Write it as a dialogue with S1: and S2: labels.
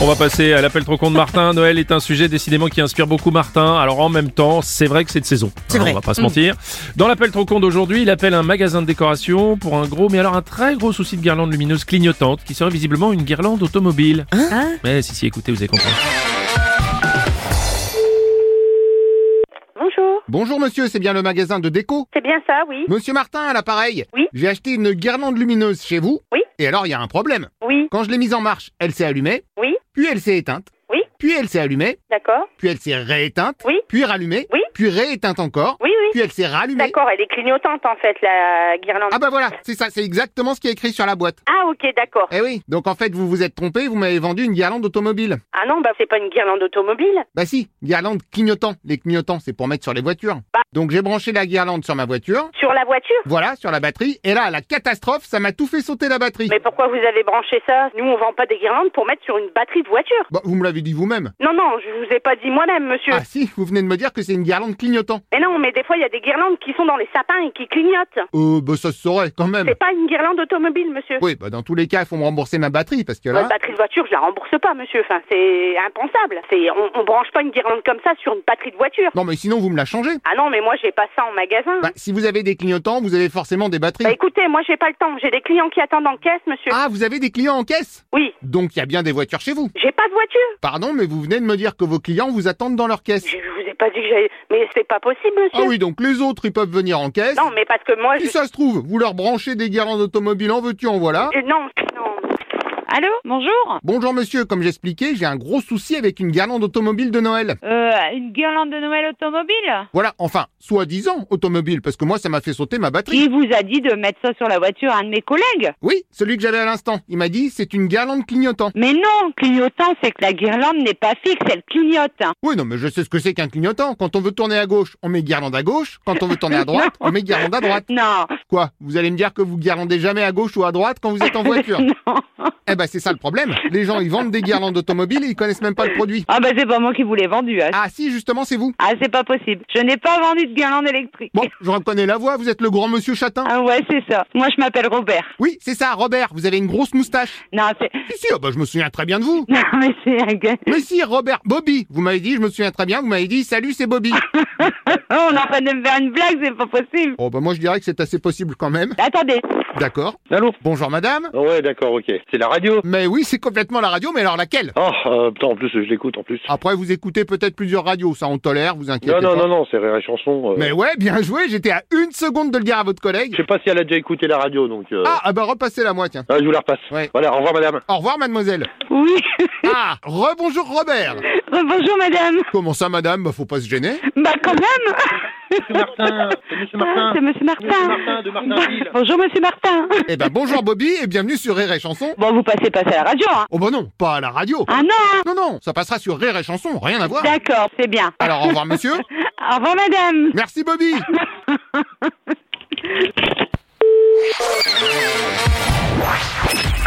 S1: On va passer à l'appel trop con de Martin. Noël est un sujet décidément qui inspire beaucoup Martin. Alors en même temps, c'est vrai que c'est de saison.
S2: C'est
S1: Hein,
S2: vrai. Mm.
S1: On va pas se mentir. Dans l'appel trop con d'aujourd'hui, il appelle un magasin de décoration pour un gros, mais alors un très gros souci de guirlande lumineuse clignotante qui serait visiblement une guirlande automobile.
S2: Hein
S1: mais si, si, écoutez, vous allez comprendre.
S3: Bonjour,
S4: Bonjour monsieur, c'est bien le magasin de déco
S3: c'est bien ça, oui.
S4: Monsieur Martin à l'appareil.
S3: Oui.
S4: J'ai acheté une guirlande lumineuse chez vous.
S3: Oui.
S4: Et alors il y a un problème.
S3: Oui,
S4: Quand je l'ai mise en marche, elle s'est allumée,
S3: oui,
S4: puis elle s'est éteinte,
S3: oui,
S4: puis elle s'est allumée,
S3: d'accord.
S4: puis elle s'est rééteinte,
S3: Oui.
S4: puis rallumée,
S3: Oui.
S4: puis rééteinte encore,
S3: Oui, oui.
S4: puis elle s'est rallumée.
S3: D'accord, elle est clignotante en fait, la guirlande.
S4: Ah bah voilà, c'est ça, c'est exactement ce qui est écrit sur la boîte.
S3: Ah, ok, d'accord.
S4: Eh oui, donc en fait vous vous êtes trompé, vous m'avez vendu une guirlande automobile.
S3: Ah non, bah c'est pas une guirlande automobile.
S4: Bah si, guirlande clignotant. Les clignotants, c'est pour mettre sur les voitures.
S3: Bah.
S4: Donc j'ai branché la guirlande sur ma voiture,
S3: Sur la voiture
S4: voilà, sur la batterie, et là, la catastrophe, ça m'a tout fait sauter la batterie.
S3: Mais pourquoi vous avez branché ça Nous, on vend pas des guirlandes pour mettre sur une batterie de voiture.
S4: Bah, vous me l'avez dit vous-même.
S3: Non, non, je vous ai pas dit moi-même, monsieur.
S4: Ah si, vous venez de me dire que c'est une guirlande clignotant.
S3: Mais non, mais des fois, il y a des guirlandes qui sont dans les sapins et qui clignotent.
S4: Euh, bah ça se saurait quand même.
S3: C'est pas une guirlande automobile, monsieur.
S4: Oui, bah dans tous les cas, il faut me rembourser ma batterie, parce que là...
S3: Votre batterie de voiture, je la rembourse pas, monsieur. Enfin, c'est impensable. C'est, on, on branche pas une guirlande comme ça sur une batterie de voiture.
S4: Non mais sinon, vous me la changez.
S3: Ah non, mais moi, j'ai pas ça en magasin.
S4: Bah, si vous avez des clignotants, vous avez forcément des batteries.
S3: Bah écoutez, moi j'ai pas le temps, j'ai des clients qui attendent en caisse, monsieur.
S4: ah, vous avez des clients en caisse
S3: Oui,
S4: Donc il y a bien des voitures chez vous.
S3: j'ai pas de voiture.
S4: Pardon, mais vous venez de me dire que vos clients vous attendent dans leur caisse.
S3: Je je vous ai pas dit que j'allais. Mais c'est pas possible,
S4: Ah
S3: monsieur.
S4: oui, donc les autres, ils peuvent venir en caisse.
S3: Non, mais parce que moi.
S4: Si
S3: Je...
S4: ça se trouve, vous leur branchez des guirlandes automobiles en veux-tu, en voilà.
S3: Euh, Non, non.
S5: Allô, bonjour.
S4: Bonjour monsieur, comme j'expliquais, j'ai un gros souci avec une guirlande automobile de Noël.
S5: Euh, une guirlande de Noël automobile
S4: Voilà, enfin, soi-disant automobile, parce que moi ça m'a fait sauter ma batterie.
S5: Qui vous a dit de mettre ça sur la voiture, un de mes collègues
S4: Oui, celui que j'avais à l'instant. Il m'a dit, c'est une guirlande clignotant.
S5: Mais non, clignotant, c'est que la guirlande n'est pas fixe, elle clignote.
S4: Oui, non, mais je sais ce que c'est qu'un clignotant. Quand on veut tourner à gauche, on met guirlande à gauche. Quand on veut tourner à droite, on met guirlande à droite.
S5: Non,
S4: Quoi Vous allez me dire que vous guirlandez jamais à gauche ou à droite quand vous êtes en voiture
S5: non.
S4: Eh ben, c'est ça le problème. Les gens, ils vendent des guirlandes automobiles et ils connaissent même pas le produit.
S5: Ah bah c'est pas moi qui vous l'ai vendu. hein. Ah,
S4: Ah si, justement, c'est vous.
S5: c'est pas possible. Je n'ai pas vendu de guirlande électrique.
S4: Bon, je reconnais la voix, vous êtes le grand monsieur Chatin.
S5: Ah ouais, c'est ça. Moi, je m'appelle Robert.
S4: Oui, c'est ça, Robert, vous avez une grosse moustache.
S5: Non, c'est...
S4: Si, si, ah bah, je me souviens très bien de vous.
S5: Non, mais c'est un gars...
S4: Mais si, Robert, Bobby, vous m'avez dit, je me souviens très bien, vous m'avez dit, salut, c'est Bobby.
S5: Oh, on est en train de me faire une blague, c'est pas possible.
S4: Oh, bah, moi, je dirais que c'est assez possible quand même.
S5: Attendez.
S4: D'accord.
S6: Allô
S4: Bonjour, madame.
S6: Ouais, d'accord, ok. C'est la radio
S4: Mais oui, c'est complètement la radio, mais alors laquelle
S6: Oh, euh, putain, en plus, je l'écoute, en plus.
S4: Après, vous écoutez peut-être plusieurs radios, ça, on tolère, vous inquiétez
S6: non, non,
S4: pas.
S6: non, non, c'est Rire et Chanson. euh.
S4: Mais ouais, bien joué, j'étais à une seconde de le dire à votre collègue.
S6: Je sais pas si elle a déjà écouté la radio, donc... Euh...
S4: Ah, ah bah, repassez-la moi, tiens.
S6: ah, je vous la repasse.
S4: Ouais.
S6: Voilà, au revoir, madame.
S4: Au revoir, mademoiselle.
S5: Oui.
S4: Ah, rebonjour, Robert.
S5: Bonjour, madame.
S4: Comment ça, madame Bah, faut pas se gêner.
S5: Bah quand même
S6: Monsieur Martin, c'est Monsieur Martin.
S5: C'est Monsieur Martin.
S6: Monsieur Martin de Martinville.
S5: Bonjour Monsieur Martin.
S4: Eh ben, bonjour, Bobby, et bienvenue sur Rire et Chanson.
S5: Bon, vous passez pas à la radio, hein
S4: Oh, bah non, pas à la radio.
S5: Ah non
S4: Non, non, ça passera sur Rire et Chanson, rien à voir.
S5: D'accord, c'est bien.
S4: Alors, au revoir, monsieur.
S5: Au revoir, madame.
S4: Merci, Bobby.